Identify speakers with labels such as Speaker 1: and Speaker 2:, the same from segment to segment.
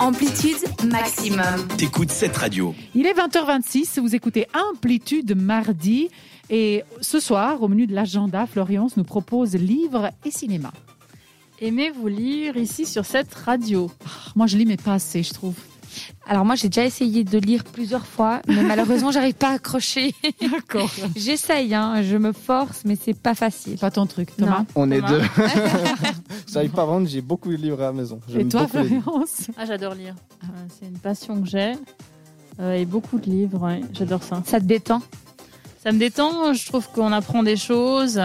Speaker 1: Amplitude maximum.
Speaker 2: T'écoutes cette radio.
Speaker 3: Il est 20h26, vous écoutez Amplitude mardi. Et ce soir, au menu de l'agenda, Florence nous propose livres et cinéma.
Speaker 4: Aimez-vous lire ici sur cette radio
Speaker 3: Ah, Moi, je lis, mais pas assez, je trouve.
Speaker 5: Alors moi j'ai déjà essayé de lire plusieurs fois, mais malheureusement j'arrive pas à accrocher.
Speaker 3: D'accord.
Speaker 5: J'essaye, hein, je me force, mais c'est pas facile.
Speaker 3: C'est pas ton truc, Thomas.
Speaker 6: On est
Speaker 4: Thomas.
Speaker 6: deux. J'arrive pas à vendre, j'ai beaucoup de livres à la maison.
Speaker 3: Et
Speaker 6: J'aime
Speaker 3: toi,
Speaker 6: beaucoup les livres.
Speaker 3: Florence
Speaker 4: Ah, j'adore lire. Euh, C'est une passion que j'ai. Euh, et beaucoup de livres, ouais, j'adore ça.
Speaker 5: Ça te détend.
Speaker 4: Ça me détend, je trouve qu'on apprend des choses.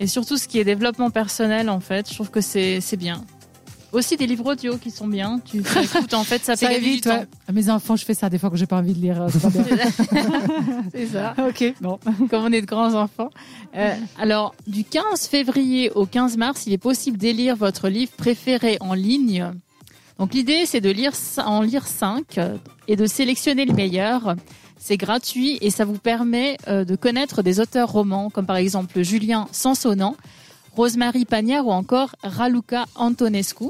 Speaker 4: Et surtout ce qui est développement personnel, en fait, je trouve que c'est c'est bien. Aussi des livres audio qui sont bien. Tu écoutes, en fait, ça, fait gagner du temps.
Speaker 3: ouais. À Mes enfants, je fais ça des fois que j'ai pas envie de lire. euh, c'est pas bien.
Speaker 4: C'est ça.
Speaker 3: ok. Non.
Speaker 4: comme on est de grands enfants. Euh, alors, du 15 février au 15 mars, il est possible d'élire votre livre préféré en ligne. Donc, l'idée, c'est de lire, cin- en lire 5 et de sélectionner les meilleurs. C'est gratuit et ça vous permet euh, de connaître des auteurs romans, comme par exemple Julien Sansonnant, Rosemary Pagnard ou encore Raluca Antonescu.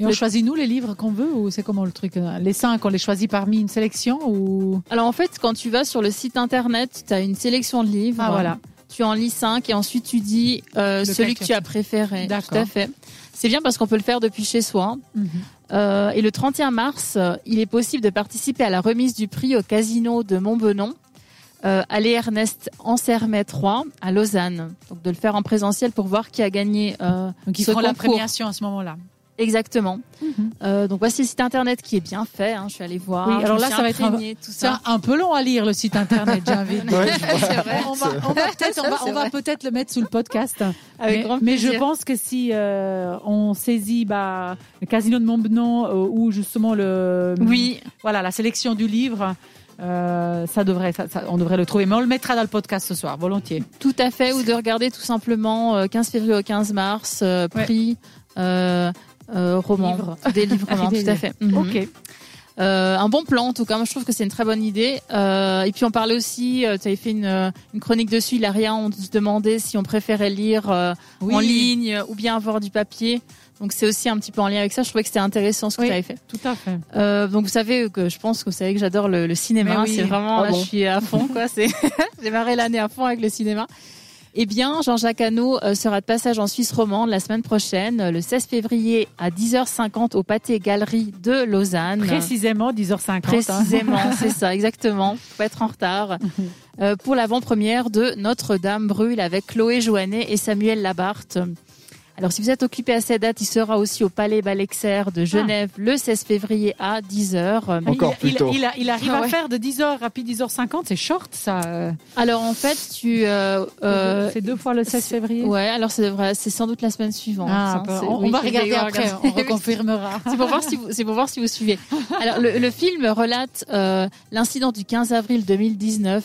Speaker 3: Et on
Speaker 4: Le-
Speaker 3: choisit nous les livres qu'on veut ou c'est comment le truc euh, Les cinq, on les choisit parmi une sélection ou
Speaker 4: Alors, en fait, quand tu vas sur le site internet, tu as une sélection de livres.
Speaker 3: Ah voilà.
Speaker 4: tu en lis 5 et ensuite tu dis euh,
Speaker 3: Lequel
Speaker 4: celui
Speaker 3: tu
Speaker 4: que
Speaker 3: as
Speaker 4: tu as préféré.
Speaker 3: D'accord.
Speaker 4: Tout à fait. C'est bien parce qu'on peut le faire depuis chez soi.
Speaker 3: Mhm.
Speaker 4: Euh, et le 31 mars, euh, il est possible de participer à la remise du prix au casino de Montbenon, euh, allée Ernest Ansermet 3 à Lausanne. Donc de le faire en présentiel pour voir qui a gagné. Euh,
Speaker 3: Donc ils
Speaker 4: Ce
Speaker 3: feront la
Speaker 4: concours.
Speaker 3: premiation à ce moment-là.
Speaker 4: exactement.
Speaker 3: Mhm.
Speaker 4: Euh, donc voici le site internet qui est bien fait. hein, je suis allée voir.
Speaker 3: Oui,
Speaker 4: je
Speaker 3: alors
Speaker 4: me
Speaker 3: là,
Speaker 4: suis
Speaker 3: ça va être un-
Speaker 4: imprégnée, tout
Speaker 3: C'est
Speaker 4: ça.
Speaker 3: un, un peu long à lire le site internet, j'ai envie de dire.
Speaker 6: Ouais.
Speaker 3: On va, on va peut-être, on va- on va peut-être le mettre sous le podcast.
Speaker 4: Avec
Speaker 3: mais,
Speaker 4: grand
Speaker 3: mais
Speaker 4: plaisir.
Speaker 3: je pense que si euh, on saisit bah, le casino de Montbenon euh, ou justement le
Speaker 4: Oui,
Speaker 3: voilà la sélection du livre, euh, ça devrait, ça- ça- on devrait le trouver. Mais on le mettra dans le podcast ce soir, volontiers.
Speaker 4: Tout à fait, ou de regarder tout simplement euh, 15 février au 15 mars, euh,
Speaker 3: Ouais.
Speaker 4: prix, euh, euh, roman,
Speaker 3: Livre.
Speaker 4: des livres, romans,
Speaker 3: Des
Speaker 4: tout à
Speaker 3: livres.
Speaker 4: fait. Mhm.
Speaker 3: Ok.
Speaker 4: Euh, un bon plan en tout cas, moi je trouve que c'est une très bonne idée. Euh, et puis on parlait aussi, euh, tu avais fait une, euh, une chronique dessus, Ilaria, on se demandait si on préférait lire euh,
Speaker 3: Oui.
Speaker 4: en ligne euh, ou bien avoir du papier. Donc c'est aussi un petit peu en lien avec ça, je trouvais que c'était intéressant ce que
Speaker 3: Oui.
Speaker 4: tu avais fait.
Speaker 3: Tout à fait.
Speaker 4: Euh, donc vous savez que je pense que vous savez que j'adore le, le cinéma,
Speaker 3: Mais oui.
Speaker 4: c'est vraiment
Speaker 6: Ah
Speaker 4: là,
Speaker 6: bon
Speaker 4: je suis à fond quoi, c'est j'ai démarré l'année à fond avec le cinéma. Eh bien, Jean-Jacques Hano euh, sera de passage en Suisse romande la semaine prochaine, euh, le 16 février à 10h50 au Pâté Galerie de Lausanne.
Speaker 3: Précisément 10h50. hein.
Speaker 4: Précisément, c'est ça, exactement. Faut pas être en retard. Euh, pour l'avant-première de Notre-Dame brûle avec Chloé Joannet et Samuel Labarthe. Alors, si vous êtes occupé à cette date, il sera aussi au Palais Balexer de Genève le 16 février à 10h.
Speaker 3: Ah, il-
Speaker 6: Encore plus
Speaker 3: il,
Speaker 6: tôt.
Speaker 3: il a- il arrive
Speaker 4: Ah
Speaker 3: à
Speaker 4: ouais.
Speaker 3: faire de 10h à puis 10h50, c'est short ça. euh.
Speaker 4: Alors, en fait, tu. euh, euh,
Speaker 3: c'est deux fois le 16 février.
Speaker 4: ouais, alors ça devrait- c'est sans doute la semaine suivante.
Speaker 3: Ah,
Speaker 4: hein,
Speaker 3: bah,
Speaker 4: c'est-
Speaker 3: on, on
Speaker 4: oui,
Speaker 3: va regarder
Speaker 4: on va
Speaker 3: après,
Speaker 4: regarder.
Speaker 3: on reconfirmera.
Speaker 4: C'est pour voir si vous, c'est pour voir si vous suivez. Alors, le, le film relate euh, l'incident du 15 avril 2019.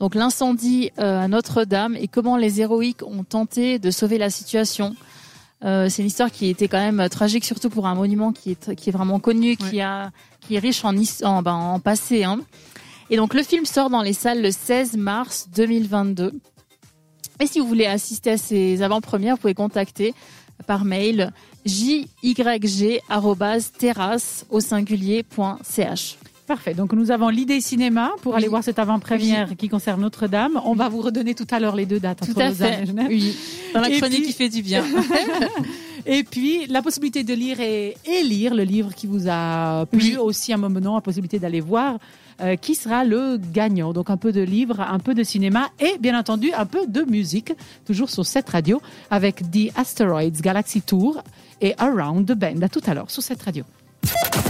Speaker 4: Donc, l'incendie euh, à Notre-Dame et comment les héroïques ont tenté de sauver la situation. Euh, c'est une histoire qui était quand même tragique, surtout pour un monument qui est, qui est vraiment connu, qui, a, qui est riche en, his- en, ben, en passé. hein. Et donc, le film sort dans les salles le 16 mars 2022. Et si vous voulez assister à ces avant-premières, vous pouvez contacter par mail jyg-terrasse au singulier.ch.
Speaker 3: Parfait. Donc nous avons l'idée cinéma pour
Speaker 4: Oui.
Speaker 3: aller voir cette avant-première qui concerne Notre-Dame. On va vous redonner tout à l'heure les deux dates
Speaker 4: Tout
Speaker 3: entre
Speaker 4: à
Speaker 3: Lausanne
Speaker 4: fait.
Speaker 3: et Genève.
Speaker 4: Oui. Dans la
Speaker 3: Et
Speaker 4: chronique
Speaker 3: puis-
Speaker 4: qui fait du bien.
Speaker 3: Et puis la possibilité de lire et, et lire le livre qui vous a plu
Speaker 4: Oui.
Speaker 3: aussi à un moment donné, la possibilité d'aller voir euh, qui sera le gagnant. Donc un peu de livre, un peu de cinéma et bien entendu un peu de musique, toujours sur cette radio avec The Asteroids Galaxy Tour et Around the Bend. À tout à l'heure sur cette radio.